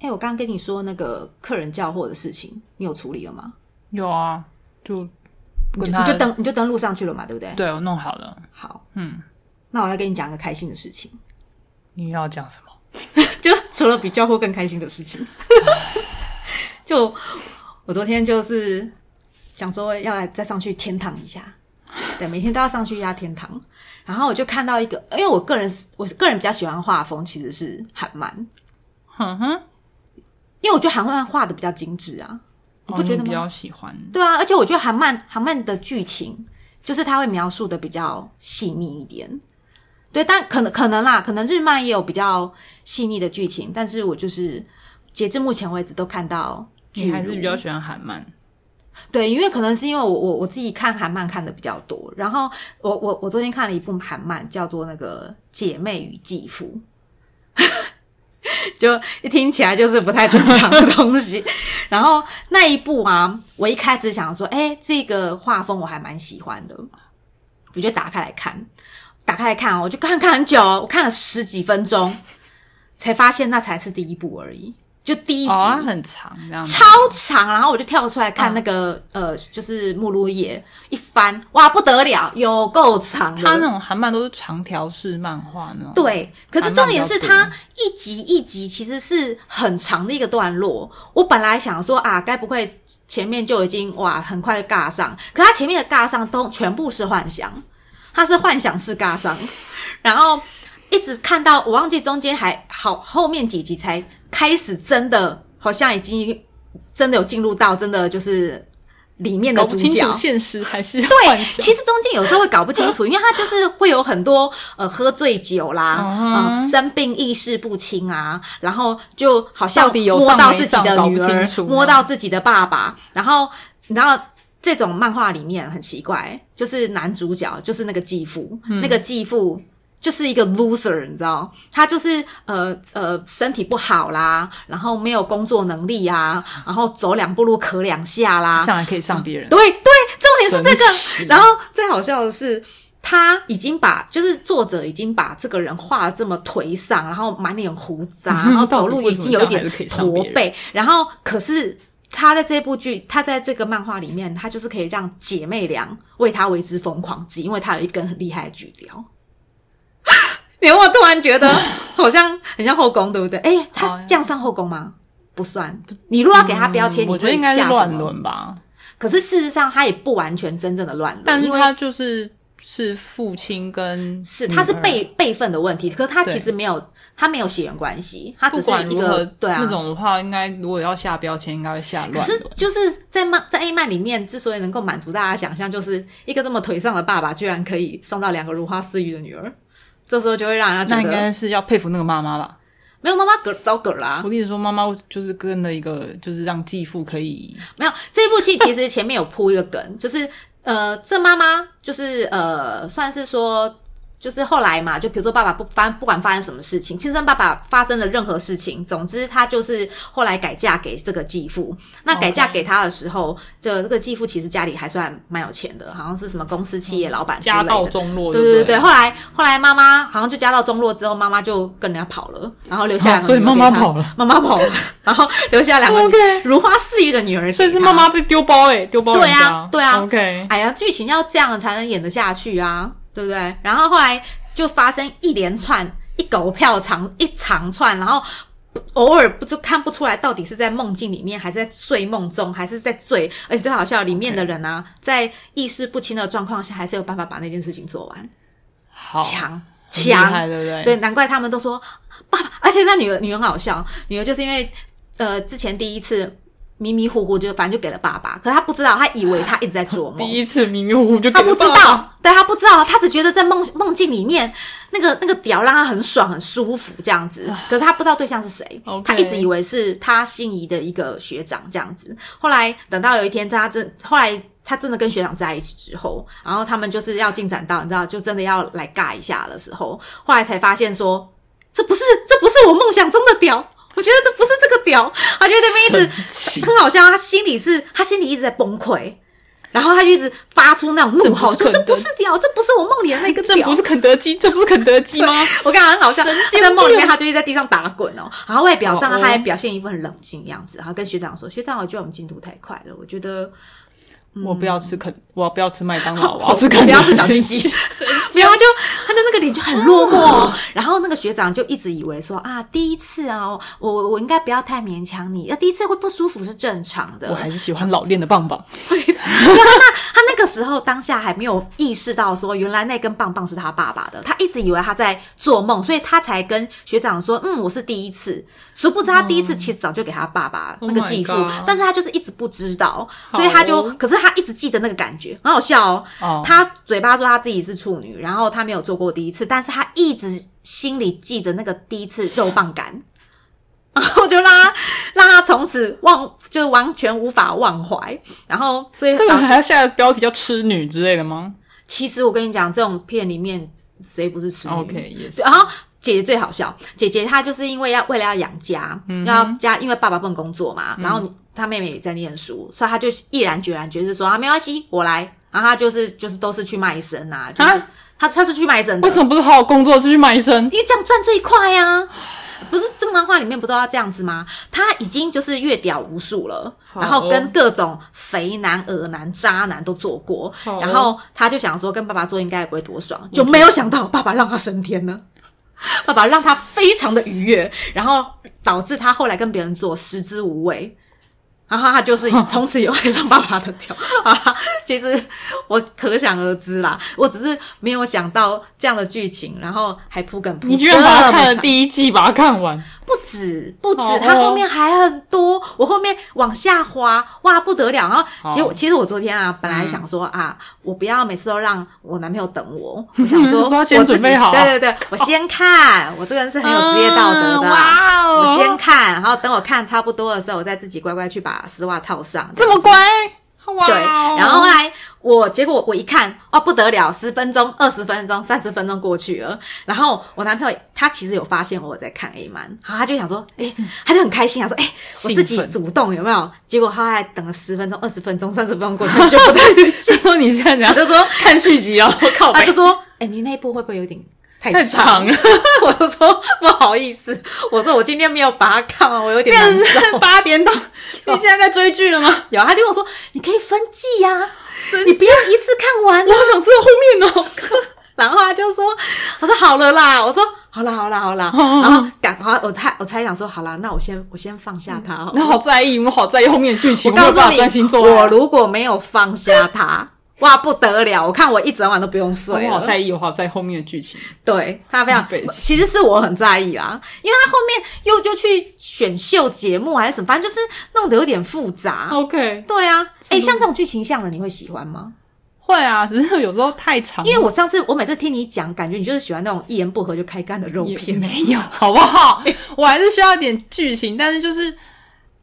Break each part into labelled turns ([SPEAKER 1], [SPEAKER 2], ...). [SPEAKER 1] 哎，我刚刚跟你说那个客人叫货的事情，你有处理了吗？
[SPEAKER 2] 有啊，就
[SPEAKER 1] 你就
[SPEAKER 2] 跟他
[SPEAKER 1] 你就登你就登录上去了嘛，对不对？
[SPEAKER 2] 对我弄好了。
[SPEAKER 1] 好，
[SPEAKER 2] 嗯，
[SPEAKER 1] 那我来跟你讲个开心的事情，
[SPEAKER 2] 你要讲什么？
[SPEAKER 1] 就除了比叫货更开心的事情， 就我昨天就是想说要来再上去天堂一下，对，每天都要上去一下天堂。然后我就看到一个，因为我个人我个人比较喜欢画风其实是韩漫，
[SPEAKER 2] 哼哼，
[SPEAKER 1] 因为我觉得韩漫画的比较精致啊，你不觉
[SPEAKER 2] 哦
[SPEAKER 1] 得
[SPEAKER 2] 比
[SPEAKER 1] 吗？
[SPEAKER 2] 较喜欢？
[SPEAKER 1] 对啊，而且我觉得韩漫韩漫的剧情就是它会描述的比较细腻一点。对，但可能可能啦，可能日漫也有比较细腻的剧情，但是我就是截至目前为止都看到
[SPEAKER 2] 你
[SPEAKER 1] 剧
[SPEAKER 2] 还是比较喜欢韩漫？
[SPEAKER 1] 对，因为可能是因为我我我自己看韩漫看的比较多，然后我我我昨天看了一部韩漫，叫做那个《姐妹与继父》， 就一听起来就是不太正常的东西。 然后那一部啊，我一开始想说，哎，这个画风我还蛮喜欢的，我就打开来看，打开来看哦，我就看看很久哦、我看了十几分钟，才发现那才是第一部而已，就第一集。
[SPEAKER 2] 哦，它很长这样子。嗯
[SPEAKER 1] 超长，然后我就跳出来看那个、呃，就是目录页一翻，哇，不得了，有够长的。
[SPEAKER 2] 它那种韩漫都是长条式漫画那种。，
[SPEAKER 1] 对，可是
[SPEAKER 2] 还慢
[SPEAKER 1] 重点是
[SPEAKER 2] 哦啊比较多
[SPEAKER 1] 它一集一集其实是很长的一个段落。我本来想说啊，该不会前面就已经哇，很快就尬上，可它前面的尬上都全部是幻想，它是幻想式尬上， 然后一直看到我忘记中间还好后面几集才开始真的好像已经真的有进入到真的就是里面的
[SPEAKER 2] 搞
[SPEAKER 1] 主
[SPEAKER 2] 不
[SPEAKER 1] 角
[SPEAKER 2] 清楚现实还是幻
[SPEAKER 1] 对，
[SPEAKER 2] 想。
[SPEAKER 1] 其实中间有时候会搞不 清楚，因为他就是会有很多呃喝醉酒啦，嗯、生病意识不清啊，然后就好像
[SPEAKER 2] 到底有
[SPEAKER 1] 摸
[SPEAKER 2] 上
[SPEAKER 1] 到
[SPEAKER 2] 没
[SPEAKER 1] 自己
[SPEAKER 2] 上
[SPEAKER 1] 的
[SPEAKER 2] 搞
[SPEAKER 1] 女
[SPEAKER 2] 不清
[SPEAKER 1] 儿，
[SPEAKER 2] 楚
[SPEAKER 1] 摸
[SPEAKER 2] 呢
[SPEAKER 1] 到自己的爸爸，然后然后。这种漫画里面很奇怪，就是男主角就是那个继父，
[SPEAKER 2] 嗯
[SPEAKER 1] 那个继父就是一个 loser，你知道，他就是呃呃身体不好啦，然后没有工作能力啊，然后走两步路咳两下啦，
[SPEAKER 2] 这样还可以上别人。
[SPEAKER 1] 对对，重点是这
[SPEAKER 2] 神奇
[SPEAKER 1] 个。然后最好笑的是，他已经把就是作者已经把这个人画的这么颓丧，然后满脸胡 渣，然后走路已经有一点
[SPEAKER 2] 到底为什么这样还是可以上
[SPEAKER 1] 驼
[SPEAKER 2] 别人
[SPEAKER 1] 背，然后可是。他在这部剧，他在这个漫画里面，他就是可以让姐妹俩为他为之疯狂，只因为他有一根很厉害的锯 雕。你有没有突然觉得好像很像后宫，对不对？哎、他
[SPEAKER 2] 好呀
[SPEAKER 1] 这样算后宫吗？不算。你如果要给他标签，你
[SPEAKER 2] 嗯我觉得
[SPEAKER 1] 会
[SPEAKER 2] 应该是
[SPEAKER 1] 下什
[SPEAKER 2] 乱
[SPEAKER 1] 么
[SPEAKER 2] 伦吧，
[SPEAKER 1] 可是事实上，他也不完全真正的乱伦，
[SPEAKER 2] 但是
[SPEAKER 1] 因为
[SPEAKER 2] 他就是是父亲跟
[SPEAKER 1] 是他是
[SPEAKER 2] 女儿
[SPEAKER 1] 辈辈分的问题，可是他
[SPEAKER 2] 嗯对
[SPEAKER 1] 其实没有他没有血缘关系，他只
[SPEAKER 2] 不
[SPEAKER 1] 是
[SPEAKER 2] 管
[SPEAKER 1] 一
[SPEAKER 2] 如
[SPEAKER 1] 个
[SPEAKER 2] 何
[SPEAKER 1] 对啊
[SPEAKER 2] 那。种的话，应该如果要下标签，应该会下
[SPEAKER 1] 可
[SPEAKER 2] 乱
[SPEAKER 1] 是
[SPEAKER 2] 伦。
[SPEAKER 1] 就是在漫在 A 漫里面，之所以能够满足大家想象，就是一个这么颓丧的爸爸，居然可以送到两个如花似玉的女儿，这时候就会让人家
[SPEAKER 2] 那
[SPEAKER 1] 觉
[SPEAKER 2] 应
[SPEAKER 1] 得
[SPEAKER 2] 该是要佩服那个妈妈吧？
[SPEAKER 1] 没有妈妈嗝糟嗝啦
[SPEAKER 2] 我。的意思说，妈妈就是跟了一个，就是让继父可以
[SPEAKER 1] 没有这部戏其实前面有铺一个梗，就是呃，这妈妈就是呃，算是说。就是后来嘛，就比如说爸爸不发，不管发生什么事情，亲生爸爸发生了任何事情，总之他就是后来改嫁给这个继父。那改嫁给他的时候，这这个继父其实家里还算蛮有钱的，好像是什么公司企业老板之类
[SPEAKER 2] 哦家道
[SPEAKER 1] 的。
[SPEAKER 2] 中落，
[SPEAKER 1] 对
[SPEAKER 2] 对
[SPEAKER 1] 对
[SPEAKER 2] 不
[SPEAKER 1] 对，后来后来妈妈好像就家道中落之后，妈妈就跟人家跑了，然后留下两个
[SPEAKER 2] 哦所以
[SPEAKER 1] 女儿给
[SPEAKER 2] 妈妈
[SPEAKER 1] 他
[SPEAKER 2] 跑了，
[SPEAKER 1] 妈妈跑了，然后留下两个女
[SPEAKER 2] OK
[SPEAKER 1] 如花似玉的女儿，
[SPEAKER 2] 所以是妈。妈被丢包哎、丢包人
[SPEAKER 1] 对啊
[SPEAKER 2] 家
[SPEAKER 1] 对啊
[SPEAKER 2] ，OK，
[SPEAKER 1] 哎呀，剧情要这样才能演得下去啊，对不对？然后后来就发生一连串一狗票长一长串，然后偶尔不就看不出来到底是在梦境里面，还是在睡梦中，还是在醉。而且最好笑，里面的人啊，在意识不清的状况下，还是有办法把那件事情做完，
[SPEAKER 2] 好
[SPEAKER 1] 强
[SPEAKER 2] 哦很厉
[SPEAKER 1] 强
[SPEAKER 2] 害，对不对？
[SPEAKER 1] 对，难怪他们都说爸爸，而且那女儿女儿很好笑，女儿就是因为呃之前第一次迷迷糊糊就反正就给了爸爸，可是她不知道，她以为她一直在做梦
[SPEAKER 2] 第，一次迷迷糊糊就
[SPEAKER 1] 她
[SPEAKER 2] 给
[SPEAKER 1] 不
[SPEAKER 2] 了
[SPEAKER 1] 知
[SPEAKER 2] 爸爸，
[SPEAKER 1] 道，对她不知道，她只觉得在梦梦境里面那个那个屌让她很爽很舒服这样子，可是她不知道对象是谁，
[SPEAKER 2] OK
[SPEAKER 1] 她一直以为是她心仪的一个学长这样子。后来等到有一天，她真后来。她真的跟学长在一起之后，然后他们就是要进展到你知道，就真的要来尬一下的时候，后来才发现说，这不是这不是我梦想中的屌，我觉得这不是这个屌，她就在那边一直
[SPEAKER 2] 神奇
[SPEAKER 1] 啊很好笑，他心里是，他心里一直在崩溃，然后他就一直发出那种怒吼，说这
[SPEAKER 2] 这不是肯德
[SPEAKER 1] 不是屌，这不是我梦里的那个
[SPEAKER 2] 这
[SPEAKER 1] 屌
[SPEAKER 2] 不。是肯德基，这不是肯德基吗？
[SPEAKER 1] 我刚刚老像
[SPEAKER 2] 神
[SPEAKER 1] 他在梦里面，他就一直在地上打滚哦，然后外表上
[SPEAKER 2] 哦哦
[SPEAKER 1] 他还表现一副很冷静的样子，然后跟学长说：“学长，我觉得我们进度太快了，我觉 得
[SPEAKER 2] 嗯我不要吃肯，我不要吃麦当劳，啊我
[SPEAKER 1] 我
[SPEAKER 2] 要吃肯
[SPEAKER 1] 不
[SPEAKER 2] 德
[SPEAKER 1] 要吃小鸡鸡。”没有，他就他的那个脸就很落寞、然后那个学长就一直以为说啊，第一次啊，我我我应该不要太勉强你，要呃第一次会不舒服是正常的。
[SPEAKER 2] 我还是喜欢老练的棒棒。
[SPEAKER 1] 他那个时候当下还没有意识到说，原来那根棒棒是他爸爸的，他一直以为他在做梦，所以他才跟学长说，嗯，我是第一次。殊不知他第一次其实早就给他爸爸
[SPEAKER 2] 哦 Oh
[SPEAKER 1] 那个继父
[SPEAKER 2] my god
[SPEAKER 1] 但是他就是一直不知道，所以他就，
[SPEAKER 2] 好哦
[SPEAKER 1] 可是他一直记得那个感觉，很好笑哦。
[SPEAKER 2] 哦
[SPEAKER 1] 他嘴巴说他自己是处女，然后他没有做过第一次，但是他一直心里记着那个第一次肉棒感。 然后就让他让他从此忘，就是完全无法忘怀。然后，所以
[SPEAKER 2] 这个
[SPEAKER 1] 导致
[SPEAKER 2] 还要下的标题叫“痴女”之类的吗
[SPEAKER 1] 其实我跟你讲，这种片里面谁不是痴女
[SPEAKER 2] ？OK，也是
[SPEAKER 1] 对。然后姐姐最好笑，姐姐她就是因为要为了要养家，要家因为爸爸不能工作嘛，然后她妹妹也在念书，所以她就毅然决然决定说啊，没关系，我来。然后她就是就是都是去卖身啊，就是、
[SPEAKER 2] 啊
[SPEAKER 1] 她她是去卖身的
[SPEAKER 2] 为，什么不是好好工作，是去卖身？
[SPEAKER 1] 因为这样赚最快啊。不是这漫画里面不都要这样子吗？她已经就是越屌无数了，
[SPEAKER 2] 好哦
[SPEAKER 1] 然后跟各种肥男、恶男、渣男都做过，
[SPEAKER 2] 好哦
[SPEAKER 1] 然后她就想说跟爸爸做应该也不会多爽，就没有想到爸爸让她升天 了。爸爸让她非常的愉悦，然后导致她后来跟别人做食之无味，然后她 就是从此有爱上爸爸的屌啊！ 其实我可想而知啦，我只是没有想到这样的剧情，然后还铺梗铺
[SPEAKER 2] 你居然把
[SPEAKER 1] 这
[SPEAKER 2] 它
[SPEAKER 1] 么
[SPEAKER 2] 看了
[SPEAKER 1] 长
[SPEAKER 2] 第一季，把它看完，
[SPEAKER 1] 不止不止
[SPEAKER 2] 好哦，
[SPEAKER 1] 它后面还很多。我后面往下滑，哇不得了！然后
[SPEAKER 2] 好
[SPEAKER 1] 结果其实我昨天啊，本来想说
[SPEAKER 2] 嗯
[SPEAKER 1] 啊，我不要每次都让我男朋友等我，我想说
[SPEAKER 2] 说
[SPEAKER 1] 我
[SPEAKER 2] 要先
[SPEAKER 1] 自己
[SPEAKER 2] 准备好哦
[SPEAKER 1] 对对对，我先看。我这个人是很有职业道德的。
[SPEAKER 2] 啊哇哦，
[SPEAKER 1] 我先看，然后等我看差不多的时候，我再自己乖乖去把丝袜套上。
[SPEAKER 2] 这
[SPEAKER 1] 样
[SPEAKER 2] 么
[SPEAKER 1] 子
[SPEAKER 2] 乖，哇！哦
[SPEAKER 1] 对，然 后后啊来我结果我一看，哦不得了，十分钟、二十分钟、三十分钟过去了，然后我男朋友他其实有发现我有在看 A 漫，然后他就想说，哎、他就很开心，他说，哎、我
[SPEAKER 2] 兴
[SPEAKER 1] 自己
[SPEAKER 2] 奋
[SPEAKER 1] 主动有没有？结果他还等了十分钟、二十分钟、三十分钟过去，就不太 对劲，
[SPEAKER 2] 结果你现在怎
[SPEAKER 1] 我
[SPEAKER 2] 样？
[SPEAKER 1] 就说，
[SPEAKER 2] 看续集哦，靠
[SPEAKER 1] 他
[SPEAKER 2] 背
[SPEAKER 1] 就说，哎、你那一部会不会有点太
[SPEAKER 2] 太
[SPEAKER 1] 长？
[SPEAKER 2] 长了，
[SPEAKER 1] 我就说不好意思，我说我今天没有把它看完，我有点难
[SPEAKER 2] 变
[SPEAKER 1] 受。
[SPEAKER 2] 成八点档。你现在在追剧了吗？
[SPEAKER 1] 有，他就跟我说，你可以分季呀、你不要一次看完啊
[SPEAKER 2] 我好想知道后面哦。
[SPEAKER 1] 然后他就说：“我说好了啦，我说好啦，好啦，好啦。
[SPEAKER 2] 嗯嗯嗯
[SPEAKER 1] 然后赶，好，我才我才想说，好啦，那我先我先放下他好了。
[SPEAKER 2] 嗯那好在意，我好在意后面的剧情，
[SPEAKER 1] 我
[SPEAKER 2] 没
[SPEAKER 1] 告
[SPEAKER 2] 有办
[SPEAKER 1] 诉
[SPEAKER 2] 法专心
[SPEAKER 1] 你，
[SPEAKER 2] 做
[SPEAKER 1] 我
[SPEAKER 2] 爱。
[SPEAKER 1] 如果没有放下他，哇不得了！我看我一整晚都不用睡
[SPEAKER 2] 我好
[SPEAKER 1] 了。
[SPEAKER 2] 哦在意，我好在意后面的剧情。
[SPEAKER 1] 对他非常
[SPEAKER 2] 很北，齐
[SPEAKER 1] 其实是我很在意啦，因为他后面又又去选秀节目还是什么，反正就是弄得有点复
[SPEAKER 2] 哦
[SPEAKER 1] 杂。
[SPEAKER 2] OK，
[SPEAKER 1] 对啊，
[SPEAKER 2] 是
[SPEAKER 1] 哎、
[SPEAKER 2] 吗
[SPEAKER 1] 像这种剧情向的，你会喜欢吗？
[SPEAKER 2] 会啊，只是有时候太长了，
[SPEAKER 1] 因为我上次我每次听你讲，感觉你就是喜欢那种一言不合就开干的肉
[SPEAKER 2] 也
[SPEAKER 1] 片。
[SPEAKER 2] 没有，好不好？我还是需要一点剧情，但是就是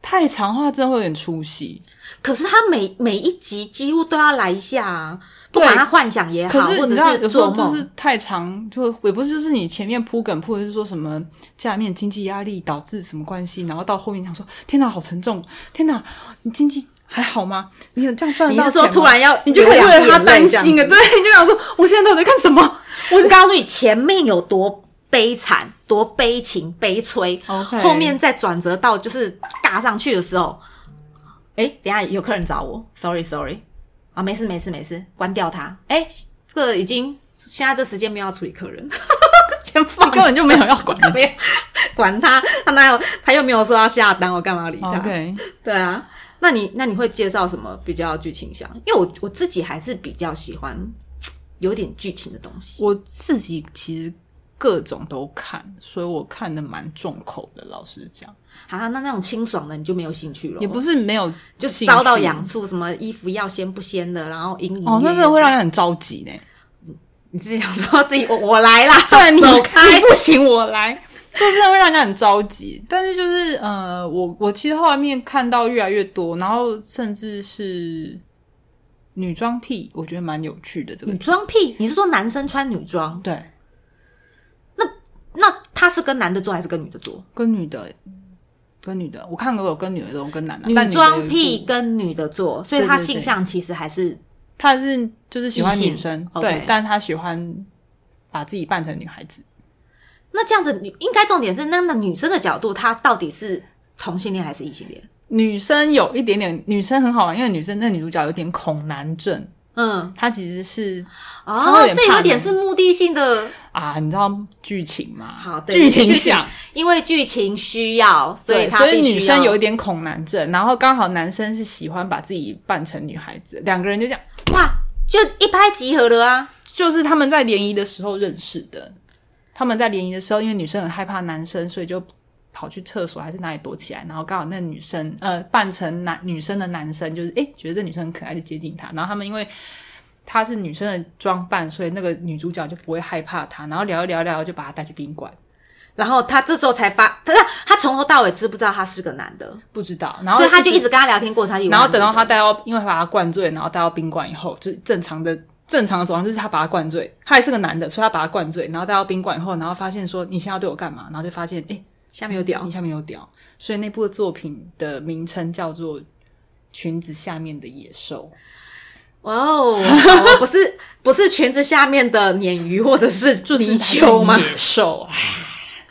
[SPEAKER 2] 太长的话，真的会有点出戏。
[SPEAKER 1] 可是他每每一集几乎都要来一下啊，不管他幻想也
[SPEAKER 2] 可
[SPEAKER 1] 好，
[SPEAKER 2] 是
[SPEAKER 1] 或者
[SPEAKER 2] 你知道，有时
[SPEAKER 1] 做
[SPEAKER 2] 候就
[SPEAKER 1] 梦，
[SPEAKER 2] 是太长，就也不是就是你前面铺梗铺的是说什么下面经济压力导致什么关系，然后到后面想说天哪好沉重，天哪你经济还好吗？你有这样赚得
[SPEAKER 1] 你
[SPEAKER 2] 到
[SPEAKER 1] 是
[SPEAKER 2] 钱
[SPEAKER 1] 说
[SPEAKER 2] 吗？
[SPEAKER 1] 突然要
[SPEAKER 2] 你就会为
[SPEAKER 1] 流两
[SPEAKER 2] 了
[SPEAKER 1] 滴眼泪
[SPEAKER 2] 他担
[SPEAKER 1] 这样
[SPEAKER 2] 心
[SPEAKER 1] 子
[SPEAKER 2] 啊，对，你就想说我现在到底在看什么？
[SPEAKER 1] 我是告诉你前面有多悲惨、多悲情、悲催
[SPEAKER 2] OK
[SPEAKER 1] 后面再转折到就是尬上去的时候，哎、等一下有客人找我，sorry sorry，啊，没事没事没事，关掉他。哎、这个已经现在这时间没有要处理客人，先放
[SPEAKER 2] 你根本就没有要 管人
[SPEAKER 1] 没有 管他，他哪有他又没有说要下单，我干嘛要理他？
[SPEAKER 2] 家。对，
[SPEAKER 1] 对啊，那你那你会介绍什么比较剧情向？因为我我自己还是比较喜欢有点剧情的东西。
[SPEAKER 2] 我自己其实各种都看，所以我看的蛮重口的。老实讲，
[SPEAKER 1] 啊，那那种清爽的你就没有兴趣了，
[SPEAKER 2] 也不是没有
[SPEAKER 1] 就
[SPEAKER 2] 兴趣
[SPEAKER 1] 烧到痒处，什么衣服要鲜不鲜的，然后隐隐
[SPEAKER 2] 哦，那
[SPEAKER 1] 约
[SPEAKER 2] 个会让人很着急呢。
[SPEAKER 1] 你自己想说自己我我来啦，
[SPEAKER 2] 对你
[SPEAKER 1] 走开
[SPEAKER 2] 你不行，我来， 这真的会让人家很着急。但是就是呃，我我其实后面看到越来越多，然后甚至是女装癖，我觉得蛮有趣的这个
[SPEAKER 1] 女。装屁！你是说男生穿女装？
[SPEAKER 2] 对，
[SPEAKER 1] 那他是跟男的做还是跟女的做？
[SPEAKER 2] 跟女的跟女的，我看过有跟女的，有跟男啊的。但
[SPEAKER 1] 女
[SPEAKER 2] 的有
[SPEAKER 1] 装
[SPEAKER 2] 一
[SPEAKER 1] 癖
[SPEAKER 2] 部，
[SPEAKER 1] 跟女的做，所以
[SPEAKER 2] 对
[SPEAKER 1] 他
[SPEAKER 2] 对
[SPEAKER 1] 性
[SPEAKER 2] 对
[SPEAKER 1] 向其实还是
[SPEAKER 2] 他是就是喜欢
[SPEAKER 1] 异性
[SPEAKER 2] 女生，
[SPEAKER 1] OK
[SPEAKER 2] 对，但他喜欢把自己扮成女孩子。
[SPEAKER 1] 那这样子，你应该重点是那那女生的角度，她到底是同性恋还是异性恋？
[SPEAKER 2] 女生有一点点，女生很好玩，因为女生那女主角有点恐男症，
[SPEAKER 1] 嗯，
[SPEAKER 2] 她其实是她会
[SPEAKER 1] 哦
[SPEAKER 2] 有，点
[SPEAKER 1] 这
[SPEAKER 2] 怕
[SPEAKER 1] 有点
[SPEAKER 2] 男
[SPEAKER 1] 是目的性的，
[SPEAKER 2] 啊，你知道剧情吗？
[SPEAKER 1] 好对
[SPEAKER 2] 剧
[SPEAKER 1] 剧
[SPEAKER 2] 情
[SPEAKER 1] 情
[SPEAKER 2] 想，
[SPEAKER 1] 因为剧情需要，所以
[SPEAKER 2] 对，
[SPEAKER 1] 她
[SPEAKER 2] 所
[SPEAKER 1] 必
[SPEAKER 2] 以
[SPEAKER 1] 须
[SPEAKER 2] 女生
[SPEAKER 1] 要
[SPEAKER 2] 有一点恐男症，然后刚好男生是喜欢把自己扮成女孩子，两个人就这样，
[SPEAKER 1] 哇，就一拍即合了啊！
[SPEAKER 2] 就是他们在联谊的时候认识的。他们在联谊的时候，因为女生很害怕男生，所以就跑去厕所还是哪里躲起来，然后刚好那女生呃扮成男女生的男生，就是诶觉得这女生很可爱就接近她，然后他们因为。她是女生的装扮，所以那个女主角就不会害怕她，然后聊一聊一聊，就把她带去宾馆。
[SPEAKER 1] 然后她这时候才发，她她从头到尾知不知道他是个男的，
[SPEAKER 2] 不知道，然后
[SPEAKER 1] 所以她就一直跟他聊天过程，她以为
[SPEAKER 2] 然后
[SPEAKER 1] 是
[SPEAKER 2] 等到
[SPEAKER 1] 女的
[SPEAKER 2] 他带到，因为把他灌醉，然后带到宾馆以后，就是正常的正常的走向就是他把他灌醉，他还是个男的，所以他把他灌醉，然后带到宾馆以后，然后发现说你现在要对我干嘛？然后就发现哎，
[SPEAKER 1] 下面有屌
[SPEAKER 2] 你，下面有屌，所以那部作品的名称叫做《裙子下面的野兽
[SPEAKER 1] 哇哦，哦不是 不是裙子下面的鲶鱼或者是》，
[SPEAKER 2] 就是
[SPEAKER 1] 泥鳅吗
[SPEAKER 2] 野？兽啊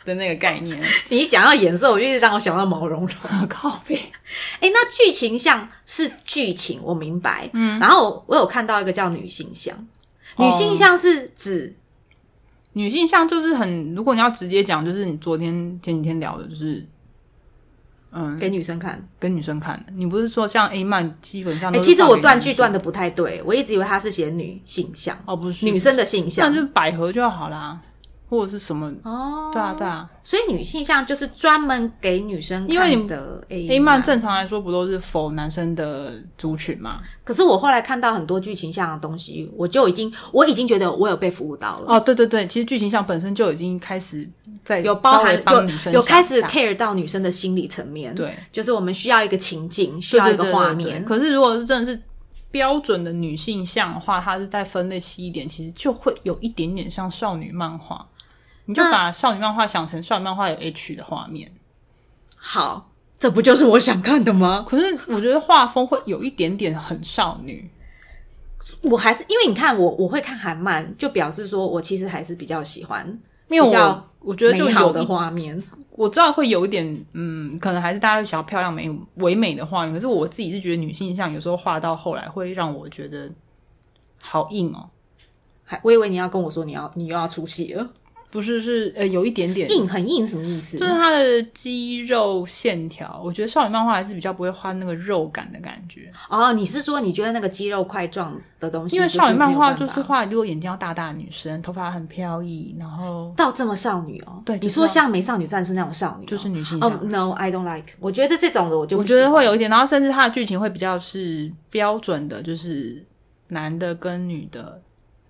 [SPEAKER 2] 的那个概念。
[SPEAKER 1] 你想要颜色，我就一直让我想到毛茸茸。
[SPEAKER 2] 靠背，
[SPEAKER 1] 哎、那剧情像是剧情，我明白。嗯，然后我我有看到一个叫女性像，
[SPEAKER 2] 哦
[SPEAKER 1] 女性像是指、
[SPEAKER 2] 女性像就是很，如果你要直接讲，就是你昨天前几天聊的，就是嗯，
[SPEAKER 1] 给女生看。
[SPEAKER 2] 跟女生看的。你不是说像 A 漫基本上
[SPEAKER 1] 哎、
[SPEAKER 2] 嗯啊都是
[SPEAKER 1] 其实我
[SPEAKER 2] 放给
[SPEAKER 1] 断
[SPEAKER 2] 男
[SPEAKER 1] 句
[SPEAKER 2] 生
[SPEAKER 1] 断的不太对，我一直以为它是写女性像，
[SPEAKER 2] 哦，不是
[SPEAKER 1] 女生的性
[SPEAKER 2] 那
[SPEAKER 1] 像。
[SPEAKER 2] 就是百合就好啦，或者是什么？
[SPEAKER 1] 哦，
[SPEAKER 2] 对啊，对啊。
[SPEAKER 1] 所以女性像就是专门给女生
[SPEAKER 2] 因为你
[SPEAKER 1] 看的 A
[SPEAKER 2] A 漫
[SPEAKER 1] 漫。
[SPEAKER 2] 正常来说不都是否男生的族群嘛？
[SPEAKER 1] 可是我后来看到很多剧情像的东西，我就已经我已经觉得我有被服务到了，
[SPEAKER 2] 哦，对对对，其实剧情上本身就已经开始在
[SPEAKER 1] 有包
[SPEAKER 2] 稍微
[SPEAKER 1] 含
[SPEAKER 2] 帮女生
[SPEAKER 1] 有有
[SPEAKER 2] 想
[SPEAKER 1] 开始
[SPEAKER 2] 想
[SPEAKER 1] care 到女生的心理层面。
[SPEAKER 2] 对，
[SPEAKER 1] 就是我们需要一个情境，需
[SPEAKER 2] 对
[SPEAKER 1] 要
[SPEAKER 2] 对
[SPEAKER 1] 一个
[SPEAKER 2] 对
[SPEAKER 1] 画
[SPEAKER 2] 对对
[SPEAKER 1] 面。
[SPEAKER 2] 可是如果是真的是标准的女性像的话，它是在分类细一点，其实就会有一点点像少女漫画。你就
[SPEAKER 1] 那
[SPEAKER 2] 把少女漫画想成少女漫画有 H 的画面。
[SPEAKER 1] 好，这不就是我想看的吗？
[SPEAKER 2] 可是我觉得画风会有一点点很少女，
[SPEAKER 1] 我还是因为你看我，我会看韩漫，就表示说我其实还是比较喜欢
[SPEAKER 2] 因为
[SPEAKER 1] 比较
[SPEAKER 2] 我我觉得就
[SPEAKER 1] 美好
[SPEAKER 2] 有
[SPEAKER 1] 的
[SPEAKER 2] 一
[SPEAKER 1] 画面。
[SPEAKER 2] 我知道会有一点，嗯，可能还是大家会想要漂亮美唯美的画面。可是我自己是觉得女性像有时候画到后来会让我觉得好硬哦，
[SPEAKER 1] 还我以为你要跟我说你要你又要出戏了，
[SPEAKER 2] 不是是呃有一点点，
[SPEAKER 1] 硬很硬什么意思？
[SPEAKER 2] 就是它的肌肉线条。我觉得少女漫画还是比较不会画那个肉感的感觉，
[SPEAKER 1] 哦，你是说你觉得那个肌肉块状的东西，
[SPEAKER 2] 因为少女漫画啊就是
[SPEAKER 1] 没有办法
[SPEAKER 2] 画，如果眼睛要大大的女生，头发很飘逸，然后
[SPEAKER 1] 到这么少女哦？
[SPEAKER 2] 对
[SPEAKER 1] 你
[SPEAKER 2] 就是
[SPEAKER 1] 说
[SPEAKER 2] 要
[SPEAKER 1] 像美少女战士那种少女哦、
[SPEAKER 2] 就是女性
[SPEAKER 1] 哦、
[SPEAKER 2] 像。
[SPEAKER 1] n o I don't like。我觉得这种的我就
[SPEAKER 2] 我
[SPEAKER 1] 不
[SPEAKER 2] 觉得
[SPEAKER 1] 喜
[SPEAKER 2] 会有一点，然后甚至它的剧情会比较是标准的，就是男的跟女的，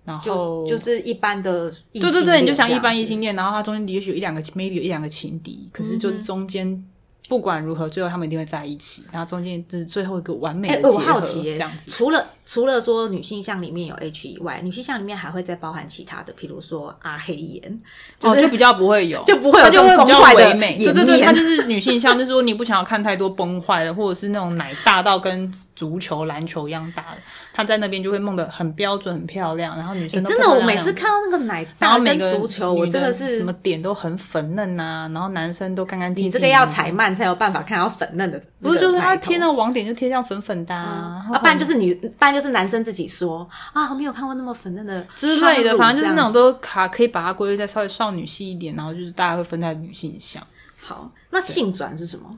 [SPEAKER 2] 然后
[SPEAKER 1] 就就是一般的异
[SPEAKER 2] 哦对对
[SPEAKER 1] 性
[SPEAKER 2] 对，你就
[SPEAKER 1] 恋
[SPEAKER 2] 想
[SPEAKER 1] 这
[SPEAKER 2] 一
[SPEAKER 1] 样
[SPEAKER 2] 般异
[SPEAKER 1] 子
[SPEAKER 2] 性恋，然后它中间也许有一两个 maybe 有一两个情敌，可
[SPEAKER 1] 嗯
[SPEAKER 2] 是就中间不管如何，最后他们一定会在一起，然后中间就是最后一个完美
[SPEAKER 1] 哎、
[SPEAKER 2] 的结
[SPEAKER 1] 我
[SPEAKER 2] 合，
[SPEAKER 1] 好奇耶、
[SPEAKER 2] 这样子。
[SPEAKER 1] 除了除了说女性向里面有 H 以外，女性向里面还会再包含其他的，比如说阿黑眼，就
[SPEAKER 2] 哦，
[SPEAKER 1] 是、
[SPEAKER 2] 就比较不会有，
[SPEAKER 1] 就不会有
[SPEAKER 2] 它就
[SPEAKER 1] 这
[SPEAKER 2] 会
[SPEAKER 1] 种
[SPEAKER 2] 比较
[SPEAKER 1] 崩坏的
[SPEAKER 2] 唯美，对
[SPEAKER 1] 颜
[SPEAKER 2] 对对，
[SPEAKER 1] 面
[SPEAKER 2] 它就是女性像，就是说你不想要看太多崩坏的，或者是那种奶大到跟足球、篮球一样大的，她在那边就会梦得很标准、很漂亮，然后女生都
[SPEAKER 1] 真的，
[SPEAKER 2] 漂
[SPEAKER 1] 我
[SPEAKER 2] 亮
[SPEAKER 1] 每
[SPEAKER 2] 亮
[SPEAKER 1] 次看到那个奶
[SPEAKER 2] 然
[SPEAKER 1] 大
[SPEAKER 2] 后每
[SPEAKER 1] 跟
[SPEAKER 2] 个
[SPEAKER 1] 足球，我
[SPEAKER 2] 女
[SPEAKER 1] 真的
[SPEAKER 2] 什
[SPEAKER 1] 是
[SPEAKER 2] 么点都很粉嫩呐、然后男生都干干净净。
[SPEAKER 1] 你这个要踩慢才有办法看到粉嫩的那
[SPEAKER 2] 不
[SPEAKER 1] 个奶头，
[SPEAKER 2] 是就是他贴那个网点就贴上粉粉的、啊
[SPEAKER 1] 啊，不然就是女，不然就是男生自己说啊，我没有看过那么粉嫩的
[SPEAKER 2] 之类
[SPEAKER 1] 双
[SPEAKER 2] 的，
[SPEAKER 1] 乳
[SPEAKER 2] 反正就是
[SPEAKER 1] 这
[SPEAKER 2] 那
[SPEAKER 1] 样
[SPEAKER 2] 种都卡可以把它归类在稍微少女系一点，然后就是大家会分在女性向。
[SPEAKER 1] 好。那性转是什么？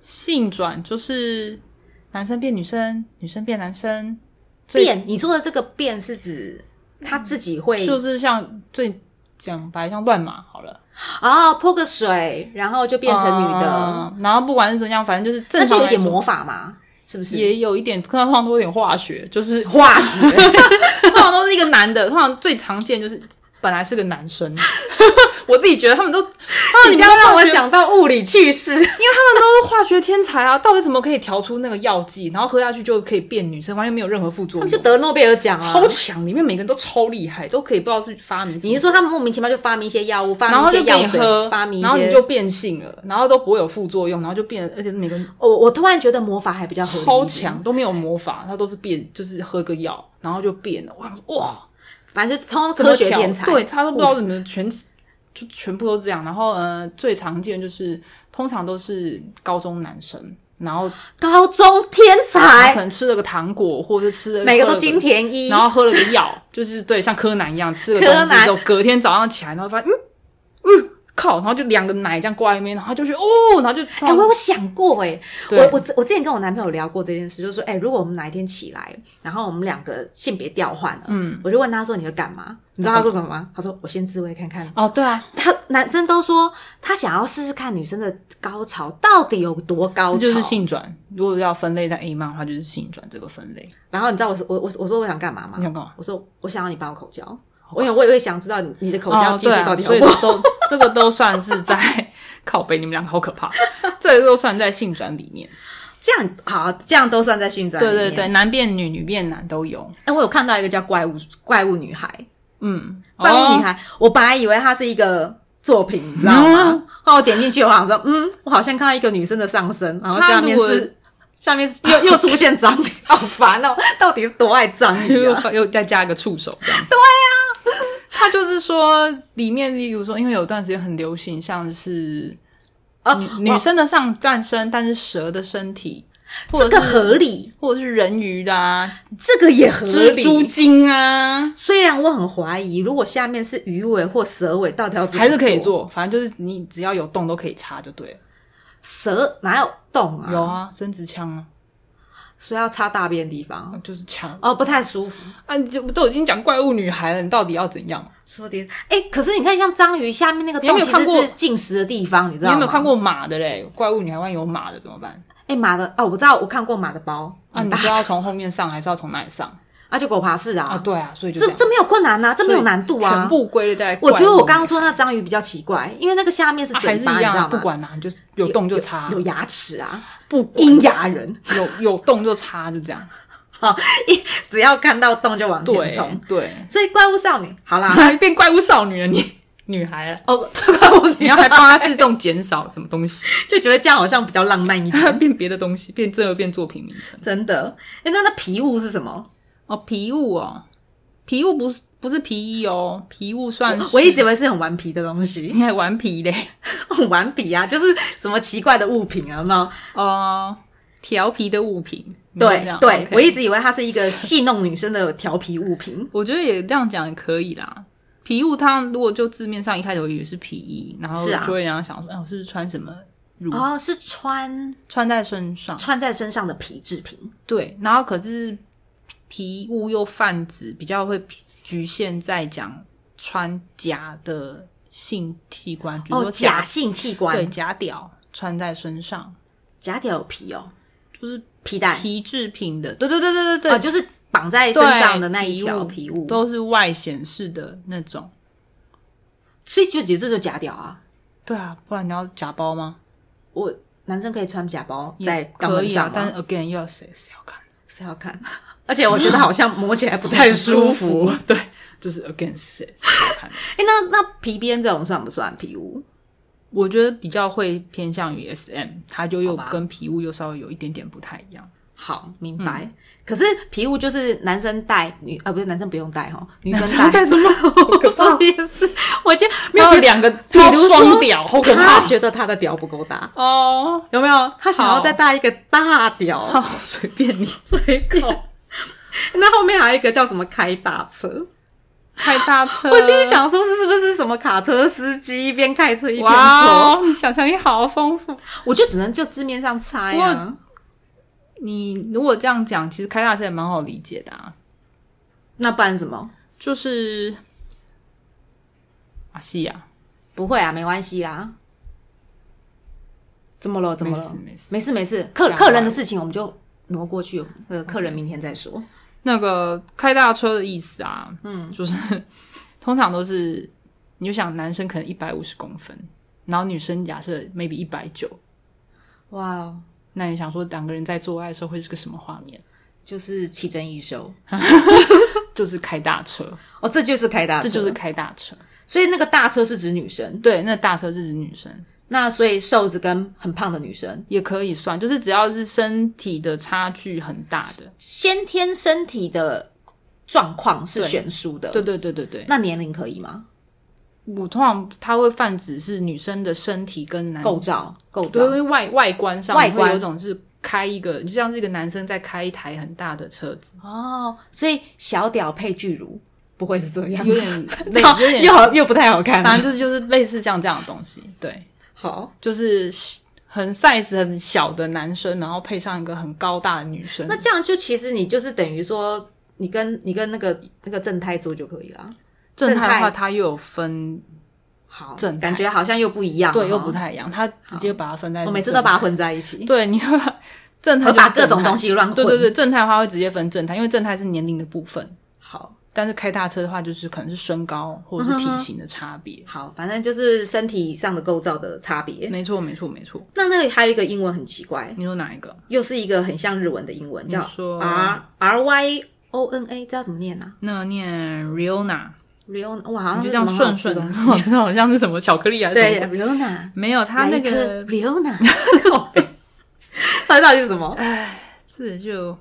[SPEAKER 2] 性转就是男生变女生，女生变男生，最
[SPEAKER 1] 变？你说的这个变是指
[SPEAKER 2] 嗯
[SPEAKER 1] 他自己会
[SPEAKER 2] 就是像最讲白像乱码好了，
[SPEAKER 1] 哦泼个水，然后就变成女的。
[SPEAKER 2] 嗯然后不管是怎么样，反正就是
[SPEAKER 1] 那就
[SPEAKER 2] 正常
[SPEAKER 1] 有
[SPEAKER 2] 来
[SPEAKER 1] 点
[SPEAKER 2] 说。
[SPEAKER 1] 魔法嘛，是不是？
[SPEAKER 2] 也有一点，通常都有点化学， 就是
[SPEAKER 1] 化 学
[SPEAKER 2] 通常都是一个男的，通常最常见就是本来是个男生， 我自己觉得他们都，啊，
[SPEAKER 1] 你
[SPEAKER 2] 你
[SPEAKER 1] 这
[SPEAKER 2] 们
[SPEAKER 1] 样
[SPEAKER 2] 都
[SPEAKER 1] 让我
[SPEAKER 2] 化学
[SPEAKER 1] 想到物理去世。
[SPEAKER 2] 因为他们都是化学天才啊，到底怎么可以调出那个药剂，然后喝下去就可以变女生，完全没有任何副作
[SPEAKER 1] 他们
[SPEAKER 2] 用，
[SPEAKER 1] 就得诺贝尔奖啊！
[SPEAKER 2] 超强，里面每个人都超厉害，都可以不知道是发明什么
[SPEAKER 1] 你是说他们莫名其妙就发明一些药物，发
[SPEAKER 2] 然
[SPEAKER 1] 明一
[SPEAKER 2] 后就
[SPEAKER 1] 些
[SPEAKER 2] 给
[SPEAKER 1] 药
[SPEAKER 2] 你
[SPEAKER 1] 水
[SPEAKER 2] 喝，，
[SPEAKER 1] 发明一些？
[SPEAKER 2] 然后你就变性了，然后都不会有副作用，然后就变，而且每个人
[SPEAKER 1] 我我突然觉得魔法还比较合理一
[SPEAKER 2] 超
[SPEAKER 1] 点，
[SPEAKER 2] 强，都没有魔法，他都是变，就是喝个药，然后就变了。我想说，哇，
[SPEAKER 1] 反正就是通
[SPEAKER 2] 怎
[SPEAKER 1] 科
[SPEAKER 2] 么
[SPEAKER 1] 学
[SPEAKER 2] 调
[SPEAKER 1] 天才。
[SPEAKER 2] 对他都不知道怎么全，就全部都这样。然后，呃，最常见就是通常都是高中男生，然后
[SPEAKER 1] 高中天
[SPEAKER 2] 他可
[SPEAKER 1] 才，
[SPEAKER 2] 能吃了个糖果，或者是吃了
[SPEAKER 1] 每个都
[SPEAKER 2] 今
[SPEAKER 1] 金
[SPEAKER 2] 天。
[SPEAKER 1] 田一
[SPEAKER 2] 然。后喝了个药，就是对，像柯南一样吃了
[SPEAKER 1] 柯
[SPEAKER 2] 东西
[SPEAKER 1] 南
[SPEAKER 2] 之后，隔天早上起来，然后发现，嗯嗯，靠，然后就两个奶这样挂在那边，然后就觉得哦，然后就突
[SPEAKER 1] 哎、
[SPEAKER 2] 然，
[SPEAKER 1] 我有想过哎、
[SPEAKER 2] 对
[SPEAKER 1] 我我之我之前跟我男朋友聊过这件事，就说哎、如果我们哪一天起来，然后我们两个性别调换了，嗯，我就问他说你会干嘛？你知道他说什么吗？他说我先自慰看看。
[SPEAKER 2] 哦，对啊，
[SPEAKER 1] 他男生都说他想要试试看女生的高潮到底有多高
[SPEAKER 2] 这
[SPEAKER 1] 潮，
[SPEAKER 2] 就是性转。如果要分类在 A 漫的话，就是性转这个分类。
[SPEAKER 1] 然后你知道我说我我我说我想干嘛吗
[SPEAKER 2] 你？想干嘛？
[SPEAKER 1] 我说我想要你帮我口交，我想我也会想知道你你的口交
[SPEAKER 2] 哦
[SPEAKER 1] 技
[SPEAKER 2] 对
[SPEAKER 1] 术
[SPEAKER 2] 啊
[SPEAKER 1] 到底有
[SPEAKER 2] 所以
[SPEAKER 1] 多、
[SPEAKER 2] 都 这个都算是在靠背，你们两个好可怕，这个都算在性转里面。
[SPEAKER 1] 这样好，这样都算在性转里
[SPEAKER 2] 对
[SPEAKER 1] 面。
[SPEAKER 2] 对对，男变女，女变男都有。
[SPEAKER 1] 哎，我有看到一个叫怪物怪物女孩，
[SPEAKER 2] 嗯，
[SPEAKER 1] 怪物女
[SPEAKER 2] 哦
[SPEAKER 1] 孩，我本来以为它是一个作品，你知道吗？
[SPEAKER 2] 嗯
[SPEAKER 1] 后来我点进去，我好像说，嗯，我好像看到一个女生的上身，然后
[SPEAKER 2] 她
[SPEAKER 1] 下面
[SPEAKER 2] 如果
[SPEAKER 1] 是下面是又又出现 章鱼，好烦哦！到底是多爱章鱼啊？
[SPEAKER 2] 又又再加一个触手这样 子。对呀、他就是说里面，例如说，因为有段时间很流行，像是
[SPEAKER 1] 啊，
[SPEAKER 2] 女女生的上半身，但是蛇的身体，或
[SPEAKER 1] 这
[SPEAKER 2] 者
[SPEAKER 1] 个
[SPEAKER 2] 是
[SPEAKER 1] 合理，
[SPEAKER 2] 或者是人鱼的啊，
[SPEAKER 1] 这个也合
[SPEAKER 2] 蜘蛛
[SPEAKER 1] 理。
[SPEAKER 2] 精啊，
[SPEAKER 1] 虽然我很怀疑，如果下面是鱼尾或蛇尾，到底要怎么
[SPEAKER 2] 还是可以？做，反正就是你只要有洞都可以插就对了。
[SPEAKER 1] 蛇哪有洞啊？
[SPEAKER 2] 有啊，生殖腔啊，
[SPEAKER 1] 所以要插大便的地方
[SPEAKER 2] 就是腔
[SPEAKER 1] 哦，不太舒服。
[SPEAKER 2] 啊，你就都已经讲怪物女孩了，你到底要怎样？
[SPEAKER 1] 说的哎，可是你看，像章鱼下面那个
[SPEAKER 2] 你有
[SPEAKER 1] 洞，
[SPEAKER 2] 没有
[SPEAKER 1] 其
[SPEAKER 2] 看
[SPEAKER 1] 实
[SPEAKER 2] 过
[SPEAKER 1] 是进食的地方，你知
[SPEAKER 2] 你
[SPEAKER 1] 道吗？
[SPEAKER 2] 有没有看？过马的嘞？怪物女孩万一有马的怎么办？
[SPEAKER 1] 哎、马的哦，我知道，我看过马的包
[SPEAKER 2] 啊，你是要从后面上还是要从哪里上
[SPEAKER 1] 啊，就狗爬式啊，
[SPEAKER 2] 啊？对啊，所以就
[SPEAKER 1] 这
[SPEAKER 2] 样
[SPEAKER 1] 这没有困难呐、这没有难度啊。
[SPEAKER 2] 全部归类在怪物
[SPEAKER 1] 我
[SPEAKER 2] 里面。
[SPEAKER 1] 觉得我刚刚说那章鱼比较奇怪，因为那个下面是
[SPEAKER 2] 啊还
[SPEAKER 1] 嘴
[SPEAKER 2] 是
[SPEAKER 1] 巴，
[SPEAKER 2] 一
[SPEAKER 1] 你知
[SPEAKER 2] 样
[SPEAKER 1] 道
[SPEAKER 2] 啊，
[SPEAKER 1] 吗？
[SPEAKER 2] 不管啦，就是有洞就插，
[SPEAKER 1] 有牙齿啊，
[SPEAKER 2] 不管
[SPEAKER 1] 阴牙人，
[SPEAKER 2] 有有洞就插，就这 样。
[SPEAKER 1] 只要看到洞就往前
[SPEAKER 2] 对
[SPEAKER 1] 冲。
[SPEAKER 2] 对，
[SPEAKER 1] 所以怪物少女，好啦，
[SPEAKER 2] 还 变怪物少女了，你女孩了。
[SPEAKER 1] 哦， 怪物
[SPEAKER 2] 你
[SPEAKER 1] 女
[SPEAKER 2] 要还帮她自动减少什么东 西，
[SPEAKER 1] 就觉得这样好像比较浪漫一点，
[SPEAKER 2] 变别的东西，变这个变作品名称
[SPEAKER 1] 真的。哎，那那皮物是什么？
[SPEAKER 2] 哦，皮物哦，皮物不是不是皮衣哦，皮物算是
[SPEAKER 1] 我一直以为是很顽皮的东西，
[SPEAKER 2] 你还顽皮嘞，
[SPEAKER 1] 很顽皮啊，就是什么奇怪的物品啊，有没有？
[SPEAKER 2] 哦，调皮的物品，你这
[SPEAKER 1] 对
[SPEAKER 2] 样
[SPEAKER 1] 对
[SPEAKER 2] OK，
[SPEAKER 1] 我一直以为它是一 个戏弄女生的调皮物品。
[SPEAKER 2] 我觉得也这样讲也可以啦。皮物它如果就字面上一开头也是皮衣，然后
[SPEAKER 1] 是啊
[SPEAKER 2] 就会让人家想说，哎，我是不是穿什么乳、
[SPEAKER 1] 哦，是穿
[SPEAKER 2] 穿在身上？
[SPEAKER 1] 穿在身上的皮制品，
[SPEAKER 2] 对，然后可是皮物又泛指比较会局限在讲穿假的性器官，比如
[SPEAKER 1] 哦，
[SPEAKER 2] 说
[SPEAKER 1] 假性器官，
[SPEAKER 2] 对假屌穿在身上，
[SPEAKER 1] 假屌有皮哦，
[SPEAKER 2] 就是
[SPEAKER 1] 皮带，
[SPEAKER 2] 皮制品的，对对对对对
[SPEAKER 1] 哦，
[SPEAKER 2] 对，
[SPEAKER 1] 就是绑在身上的那一条
[SPEAKER 2] 对
[SPEAKER 1] 皮物，
[SPEAKER 2] 都是外显示的那种。
[SPEAKER 1] 所以就只这就假屌啊。
[SPEAKER 2] 对啊，不然你要假包吗？
[SPEAKER 1] 我男生可以穿假包
[SPEAKER 2] 也
[SPEAKER 1] 在肛
[SPEAKER 2] 可
[SPEAKER 1] 门
[SPEAKER 2] 以
[SPEAKER 1] 上
[SPEAKER 2] 啊
[SPEAKER 1] 吗，，
[SPEAKER 2] 但是 again 又要谁谁要 看？
[SPEAKER 1] 是要看， 而且我觉得好像摸起来 不太舒服。，
[SPEAKER 2] 对，就是 again 谁谁要看？
[SPEAKER 1] 哎，那那皮鞭这种算不算皮物？
[SPEAKER 2] 我觉得比较会偏向于 SM，它就又
[SPEAKER 1] 好吧
[SPEAKER 2] 跟皮物又稍微有一点点不太一样。
[SPEAKER 1] 好，明白。可是皮物就是男生戴，女啊不是男生不用戴哈，女生
[SPEAKER 2] 戴
[SPEAKER 1] 戴。
[SPEAKER 2] 什么？
[SPEAKER 1] 我说的也是，我觉得没有
[SPEAKER 2] 还有两个，比
[SPEAKER 1] 比如说
[SPEAKER 2] 双屌，好可
[SPEAKER 1] 他
[SPEAKER 2] 怕
[SPEAKER 1] 觉得他的屌不够大，
[SPEAKER 2] 哦！
[SPEAKER 1] 有没有？他想要
[SPEAKER 2] 好
[SPEAKER 1] 再大一个大屌，
[SPEAKER 2] 好， 随便你，
[SPEAKER 1] 随便。 那后面还有一个叫什么开大车，
[SPEAKER 2] 开大车。
[SPEAKER 1] 我心里，想说是是不是什么卡车司机一边开车一边
[SPEAKER 2] 哇
[SPEAKER 1] 走？
[SPEAKER 2] 哦，你想象力好丰富。
[SPEAKER 1] 我就只能就字面上猜啊。
[SPEAKER 2] 你如果这样讲，其实开大车也蛮好理解的啊，
[SPEAKER 1] 那不然什么？
[SPEAKER 2] 就是啊，是呀，
[SPEAKER 1] 不会啊，没关系啦。怎么了？怎么
[SPEAKER 2] 没
[SPEAKER 1] 了
[SPEAKER 2] 事？没事
[SPEAKER 1] 没事没事，客
[SPEAKER 2] 吓坏
[SPEAKER 1] 客人的事情我们就挪过去，呃，客人明天再说。
[SPEAKER 2] 那个开大车的意思啊，嗯，就是通常都是你就想男生可能一百五十公分，然后女生假设 maybe 一百九，
[SPEAKER 1] 哇哦，
[SPEAKER 2] 那你想说两个人在做爱的时候会是个什么画面？
[SPEAKER 1] 就是奇珍异兽
[SPEAKER 2] 就是开大车，
[SPEAKER 1] 哦，这就是开大车，
[SPEAKER 2] 这就是开大车。
[SPEAKER 1] 所以那个大车是指女生，
[SPEAKER 2] 对，那大车是指女生
[SPEAKER 1] 那所以瘦子跟很胖的女生，
[SPEAKER 2] 也可以算，就是只要是身体的差距很大的，
[SPEAKER 1] 先天身体的状况是
[SPEAKER 2] 对
[SPEAKER 1] 悬殊的，
[SPEAKER 2] 对对对对对。
[SPEAKER 1] 那年龄可以吗？
[SPEAKER 2] 我通常它会泛指是女生的身体跟男
[SPEAKER 1] 构造构
[SPEAKER 2] 嗯对，因
[SPEAKER 1] 造，
[SPEAKER 2] 为外外观上
[SPEAKER 1] 外
[SPEAKER 2] 会
[SPEAKER 1] 观
[SPEAKER 2] 有一种是开一个，就像是一个男生在开一台很大的车子，
[SPEAKER 1] 哦，所以小屌配巨乳不会是这样，
[SPEAKER 2] 有点类，
[SPEAKER 1] 超
[SPEAKER 2] 有点，
[SPEAKER 1] 又好又不太好看、
[SPEAKER 2] 反
[SPEAKER 1] 啊。
[SPEAKER 2] 正就是就是类似像这样的东西， 对，
[SPEAKER 1] 好，
[SPEAKER 2] 就是很 size 很小的男生，然后配上一个很高大的女生
[SPEAKER 1] 那，这样就其实你就是等于说，你跟你跟那个那个正太做就可以了。
[SPEAKER 2] 正太的
[SPEAKER 1] 正太
[SPEAKER 2] 话，它又有分，
[SPEAKER 1] 好，
[SPEAKER 2] 正太
[SPEAKER 1] 感觉好像又不一样，
[SPEAKER 2] 对，
[SPEAKER 1] 哦
[SPEAKER 2] 又不。太一样，他直接把它分在，
[SPEAKER 1] 我每次都把它，混在一起，
[SPEAKER 2] 对，你 会把正太
[SPEAKER 1] 我
[SPEAKER 2] 就是
[SPEAKER 1] 把各种
[SPEAKER 2] 正太
[SPEAKER 1] 东，西乱混。
[SPEAKER 2] 对对对，正太的话会直接分正太，因为正太是年龄的部分。
[SPEAKER 1] 好
[SPEAKER 2] 但是开大车的话，就是可能是身高或者是体型的差别。
[SPEAKER 1] 好，反正就是身体上的构造的差别。
[SPEAKER 2] 没错，没错，没错。
[SPEAKER 1] 那那个还有一个英文很奇怪，
[SPEAKER 2] 你说哪一个？
[SPEAKER 1] 又是一个很像日文的英文，叫
[SPEAKER 2] 说
[SPEAKER 1] R R Y O N A，这要怎么念呢、
[SPEAKER 2] 那念 Riona，
[SPEAKER 1] 啊、？Riona，哇，好像
[SPEAKER 2] 你就是这样
[SPEAKER 1] 什么好
[SPEAKER 2] 顺
[SPEAKER 1] 吃
[SPEAKER 2] 顺
[SPEAKER 1] 的
[SPEAKER 2] 的， 我知道好像是什么巧克力还是什
[SPEAKER 1] 对
[SPEAKER 2] 么。
[SPEAKER 1] ，Riona，
[SPEAKER 2] 没有，它
[SPEAKER 1] 来
[SPEAKER 2] 那
[SPEAKER 1] 一颗
[SPEAKER 2] 个
[SPEAKER 1] Riona，靠 背它到底是什么？
[SPEAKER 2] 字就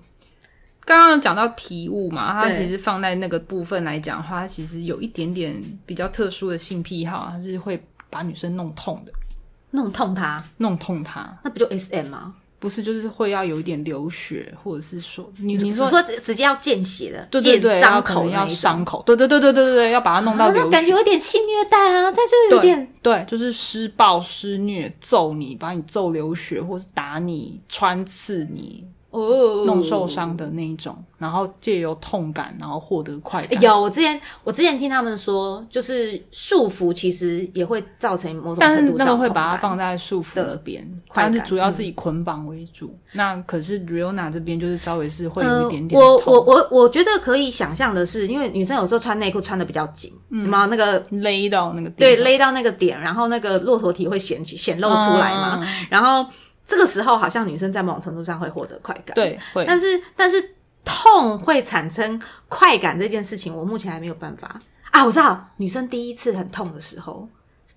[SPEAKER 2] 刚刚有讲到皮物嘛，它
[SPEAKER 1] 对
[SPEAKER 2] 其实放在那个部分来讲的话，它其实有一点点比较特殊的性癖好，它是会把女生弄痛的，
[SPEAKER 1] 弄痛它，
[SPEAKER 2] 弄痛她。
[SPEAKER 1] 那不就 S M 吗？
[SPEAKER 2] 不是，就是会要有一点流血，或者是说，你你
[SPEAKER 1] 你
[SPEAKER 2] 说
[SPEAKER 1] 说直直接要见血的，
[SPEAKER 2] 对对对，
[SPEAKER 1] 见
[SPEAKER 2] 要
[SPEAKER 1] 伤
[SPEAKER 2] 可
[SPEAKER 1] 口
[SPEAKER 2] 能
[SPEAKER 1] 的
[SPEAKER 2] 要
[SPEAKER 1] 那一种
[SPEAKER 2] 伤口，对对对对对对对，要把它弄到
[SPEAKER 1] 啊
[SPEAKER 2] 流
[SPEAKER 1] 那
[SPEAKER 2] 血，
[SPEAKER 1] 感觉有点性虐待啊，但是有点
[SPEAKER 2] 对，就是施暴、施虐、揍你，把你揍流血，或是打你、穿刺你、
[SPEAKER 1] 哦
[SPEAKER 2] 弄受。伤的那一种，哦哎然后借由痛感，然后获得快感。
[SPEAKER 1] 有，我之前我之前听他们说，就是束缚其实也会造成某种
[SPEAKER 2] 但是
[SPEAKER 1] 程度
[SPEAKER 2] 那
[SPEAKER 1] 上
[SPEAKER 2] 个
[SPEAKER 1] 的
[SPEAKER 2] 会
[SPEAKER 1] 痛
[SPEAKER 2] 把它
[SPEAKER 1] 感
[SPEAKER 2] 放在束缚那边，
[SPEAKER 1] 快
[SPEAKER 2] 但是
[SPEAKER 1] 感
[SPEAKER 2] 主要是以捆绑为主。那可是 Riona 这边就是稍微是会有
[SPEAKER 1] 呃
[SPEAKER 2] 一点，点
[SPEAKER 1] 我
[SPEAKER 2] 痛，
[SPEAKER 1] 我我我觉得可以想象的是，因为女生有时候穿内裤穿的比较紧，
[SPEAKER 2] 嗯
[SPEAKER 1] 然后那个
[SPEAKER 2] 勒到那个地
[SPEAKER 1] 对
[SPEAKER 2] 方，
[SPEAKER 1] 勒到那个点，然后那个骆驼体会显显露出来嘛。
[SPEAKER 2] 嗯
[SPEAKER 1] 然后这个时候，好像女生在某种程度上会获得快感，。
[SPEAKER 2] 对会。
[SPEAKER 1] 但是但是痛会产生快感这件事情，我目前还没有办法啊。我知道女生第一次很痛的时候，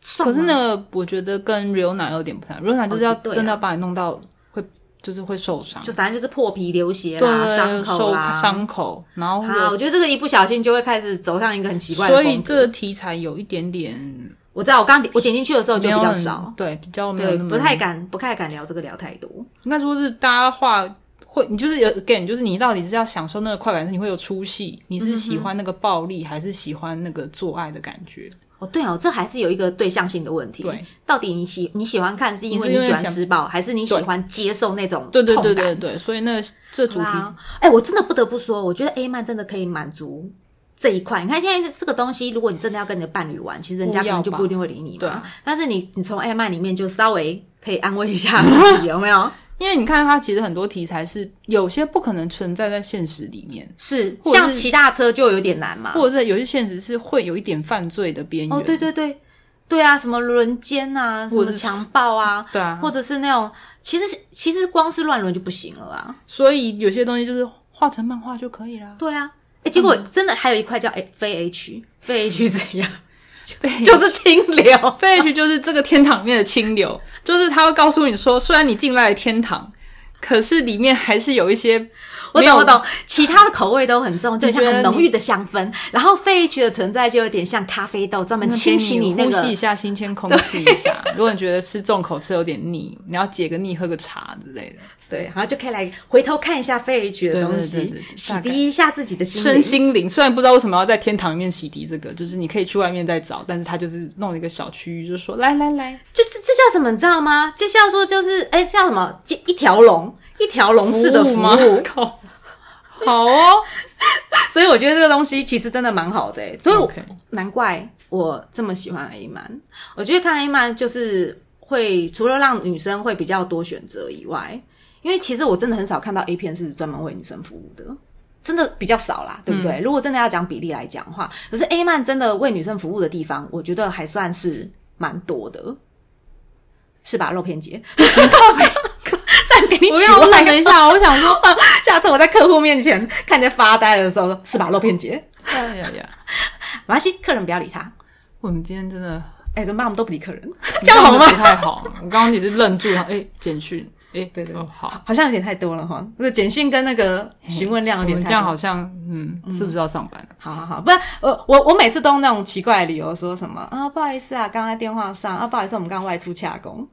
[SPEAKER 1] 算
[SPEAKER 2] 可是
[SPEAKER 1] 吗
[SPEAKER 2] 那个我觉得跟 Riona 有点不太，Riona 就是
[SPEAKER 1] 哦
[SPEAKER 2] 要
[SPEAKER 1] 对啊
[SPEAKER 2] 真的要把你弄到会就是会受伤，
[SPEAKER 1] 就反正就是破皮流血
[SPEAKER 2] 对
[SPEAKER 1] 啦、伤口
[SPEAKER 2] 受
[SPEAKER 1] 啦。
[SPEAKER 2] 伤口，然后会有
[SPEAKER 1] 啊，我觉得这个一不小心就会开始走向一个很奇怪的
[SPEAKER 2] 所
[SPEAKER 1] 风格。
[SPEAKER 2] 以这个题材有一点点
[SPEAKER 1] 我知道，我刚我点进去的时候就
[SPEAKER 2] 没有
[SPEAKER 1] 比较
[SPEAKER 2] 很
[SPEAKER 1] 少，，
[SPEAKER 2] 对，比较没有
[SPEAKER 1] 对，
[SPEAKER 2] 那么
[SPEAKER 1] 不太敢，不太敢聊这个聊太多。
[SPEAKER 2] 应该说是大家话会，你就是有 again，就是你到底是要享受那个快感，还是你会有出戏？你是喜欢那个暴力，还是喜欢那个做爱的感觉？
[SPEAKER 1] 哦，对哦，这还是有一个对象性的问题。
[SPEAKER 2] 对，
[SPEAKER 1] 到底你喜你喜欢看是因为
[SPEAKER 2] 你是因
[SPEAKER 1] 你
[SPEAKER 2] 为
[SPEAKER 1] 喜欢
[SPEAKER 2] 想
[SPEAKER 1] 施暴，还是你喜欢接受那种
[SPEAKER 2] 对对
[SPEAKER 1] 痛
[SPEAKER 2] 对
[SPEAKER 1] 感
[SPEAKER 2] 对对，所以那这主题
[SPEAKER 1] 啊，哎、我真的不得不说，我觉得 A 漫真的可以满足这一块。你看现在这个东西，如果你真的要跟你的伴侣玩，其实人家可能就不一定会理你
[SPEAKER 2] 对
[SPEAKER 1] 嘛
[SPEAKER 2] 啊。
[SPEAKER 1] 但是你你从 A 漫里面就稍微可以安慰一下 自己，有没有？
[SPEAKER 2] 因为你看它其实很多题材是有些不可能存在在现实里面，
[SPEAKER 1] 是，
[SPEAKER 2] 或者
[SPEAKER 1] 像
[SPEAKER 2] 是
[SPEAKER 1] 骑大车就有点难嘛。
[SPEAKER 2] 或者是有些现实是会有一点犯罪的边缘。
[SPEAKER 1] 哦，对对对，对啊，什么轮奸啊，什
[SPEAKER 2] 或
[SPEAKER 1] 么
[SPEAKER 2] 者是
[SPEAKER 1] 强暴啊，
[SPEAKER 2] 对啊，
[SPEAKER 1] 或者是那种，其实其实光是乱伦就不行了啊。
[SPEAKER 2] 所以有些东西就是画成漫画就可以啦。
[SPEAKER 1] 对啊，哎、
[SPEAKER 2] 嗯
[SPEAKER 1] 结果真的还有一块叫哎非 H，非 H 怎样？
[SPEAKER 2] 对
[SPEAKER 1] 就是清流。
[SPEAKER 2] f h 就是这个天堂里面的清流，就是他会告诉你说，虽然你进来了天堂，可是里面还是有一些
[SPEAKER 1] 我
[SPEAKER 2] 没
[SPEAKER 1] 懂
[SPEAKER 2] 有
[SPEAKER 1] 我懂，其他的口味都很重，就
[SPEAKER 2] 你
[SPEAKER 1] 像
[SPEAKER 2] 觉得
[SPEAKER 1] 很浓
[SPEAKER 2] 你
[SPEAKER 1] 郁的香氛。然后非 H 的存在就有点像咖啡豆，专门清洗你那
[SPEAKER 2] 呼吸一
[SPEAKER 1] 个。
[SPEAKER 2] 下新鲜空气一下。如果你觉得吃重口吃有点腻，你要解个腻，喝个茶之类的，
[SPEAKER 1] 对，然后就可以来回头看一下非 H 的
[SPEAKER 2] 对对
[SPEAKER 1] 东
[SPEAKER 2] 对
[SPEAKER 1] 西
[SPEAKER 2] 对对，
[SPEAKER 1] 洗
[SPEAKER 2] 大
[SPEAKER 1] 涤
[SPEAKER 2] 概
[SPEAKER 1] 一下自己的心
[SPEAKER 2] 身
[SPEAKER 1] 灵。
[SPEAKER 2] 心灵。虽然不知道为什么要在天堂里面洗涤这个，就是你可以去外面再找，但是他就是弄了一个小区域，就说来来来，
[SPEAKER 1] 就是这叫什么，你知道吗？就像说就是哎，叫什么？就一条龙，一条龙式的服
[SPEAKER 2] 吗？
[SPEAKER 1] 务。
[SPEAKER 2] 靠，好哦，
[SPEAKER 1] 所以我觉得这个东西其实真的蛮好的、欸，所以我
[SPEAKER 2] OK
[SPEAKER 1] 难怪我这么喜欢 A 漫。我觉得看 A 漫就是会除了让女生会比较多选择以外，因为其实我真的很少看到 A 片是专门为女生服务的，真的比较少啦，对不对？如果真的要讲比例来讲的话，可是 A 漫真的为女生服务的地方，我觉得还算是蛮多的，是吧？肉片 姐，烂给你
[SPEAKER 2] 我
[SPEAKER 1] 取
[SPEAKER 2] 要
[SPEAKER 1] 外
[SPEAKER 2] 冷了一下，我 想说，
[SPEAKER 1] 下次我在客户面前看你在发呆的时候，说是吧？肉片姐，
[SPEAKER 2] 哎呀呀，
[SPEAKER 1] 没关系，客人不要理他。
[SPEAKER 2] 我们今天真的
[SPEAKER 1] 哎、怎么办？我们都不理客 人，这样好吗
[SPEAKER 2] 不？太好。我刚刚也是愣住，然后哎，简讯，哎，
[SPEAKER 1] 对对
[SPEAKER 2] 哦，好，
[SPEAKER 1] 好像有点太多了哈，那个简讯跟那个询问量
[SPEAKER 2] 我
[SPEAKER 1] 有点
[SPEAKER 2] 们
[SPEAKER 1] 太
[SPEAKER 2] 这
[SPEAKER 1] 多
[SPEAKER 2] 样好像，嗯，是不是要上班了？
[SPEAKER 1] 好好好，不然我我我每次都用那种奇怪的理由说什么啊，不好意思啊，刚刚在电话上啊，不好意思，我们刚刚外出洽公。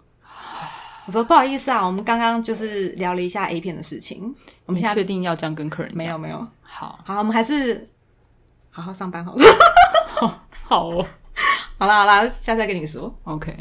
[SPEAKER 1] 我说不好意思啊，我们刚刚就是聊了一下 A 片的事情，我们
[SPEAKER 2] 你
[SPEAKER 1] 现在
[SPEAKER 2] 确定要这样跟客人讲？
[SPEAKER 1] 没有没有，
[SPEAKER 2] 好，
[SPEAKER 1] 好，我们还是好好上班好了。
[SPEAKER 2] 好哦
[SPEAKER 1] 哦好啦好啦，下次再跟你说。
[SPEAKER 2] ，OK。